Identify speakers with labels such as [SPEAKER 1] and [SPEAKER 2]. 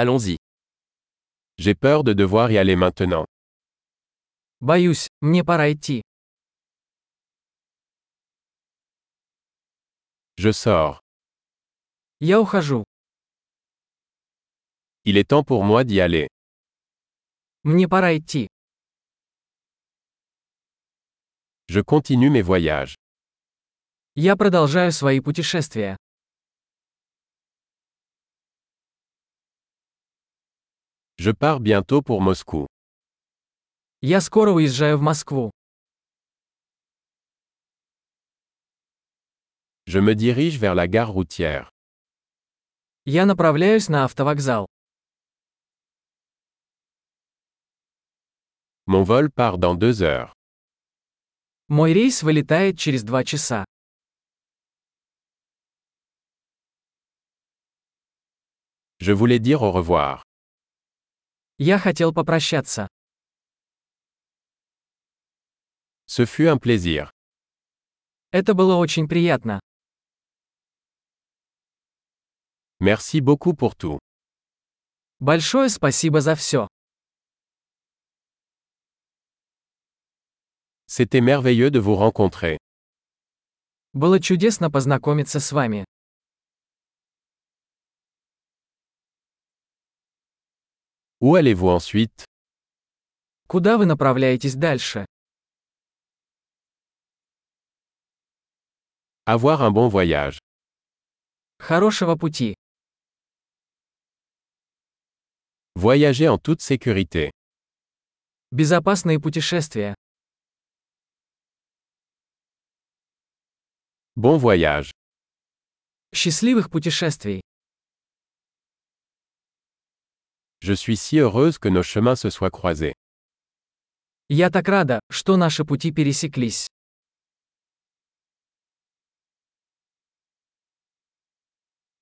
[SPEAKER 1] Allons-y.
[SPEAKER 2] J'ai peur de devoir y aller maintenant.
[SPEAKER 3] Боюсь, мне пора идти.
[SPEAKER 2] Je sors.
[SPEAKER 3] Я ухожу.
[SPEAKER 2] Il est temps pour moi d'y aller.
[SPEAKER 3] Мне пора идти.
[SPEAKER 2] Je continue mes voyages.
[SPEAKER 3] Я продолжаю свои путешествия.
[SPEAKER 2] Je pars bientôt pour Moscou.
[SPEAKER 3] Я скоро уезжаю в Москву.
[SPEAKER 2] Je me dirige vers la gare routière.
[SPEAKER 3] Я направляюсь на автовокзал.
[SPEAKER 2] Mon vol part dans deux heures.
[SPEAKER 3] Мой рейс вылетает через два часа.
[SPEAKER 2] Je voulais dire au revoir.
[SPEAKER 3] Я хотел попрощаться.
[SPEAKER 2] Ce fut un plaisir.
[SPEAKER 3] Это было очень приятно.
[SPEAKER 2] Merci beaucoup pour tout.
[SPEAKER 3] Большое спасибо за все.
[SPEAKER 2] C'était merveilleux de vous rencontrer.
[SPEAKER 3] Было чудесно познакомиться с вами.
[SPEAKER 2] Où allez-vous ensuite
[SPEAKER 3] Куда вы направляетесь дальше?
[SPEAKER 2] Avoir un bon voyage.
[SPEAKER 3] Хорошего пути.
[SPEAKER 2] Voyager en toute sécurité.
[SPEAKER 3] Безопасные путешествия.
[SPEAKER 2] Bon voyage.
[SPEAKER 3] Счастливых путешествий.
[SPEAKER 2] Je suis si heureuse que nos chemins se soient croisés.
[SPEAKER 3] Я так рада, что наши пути пересеклись.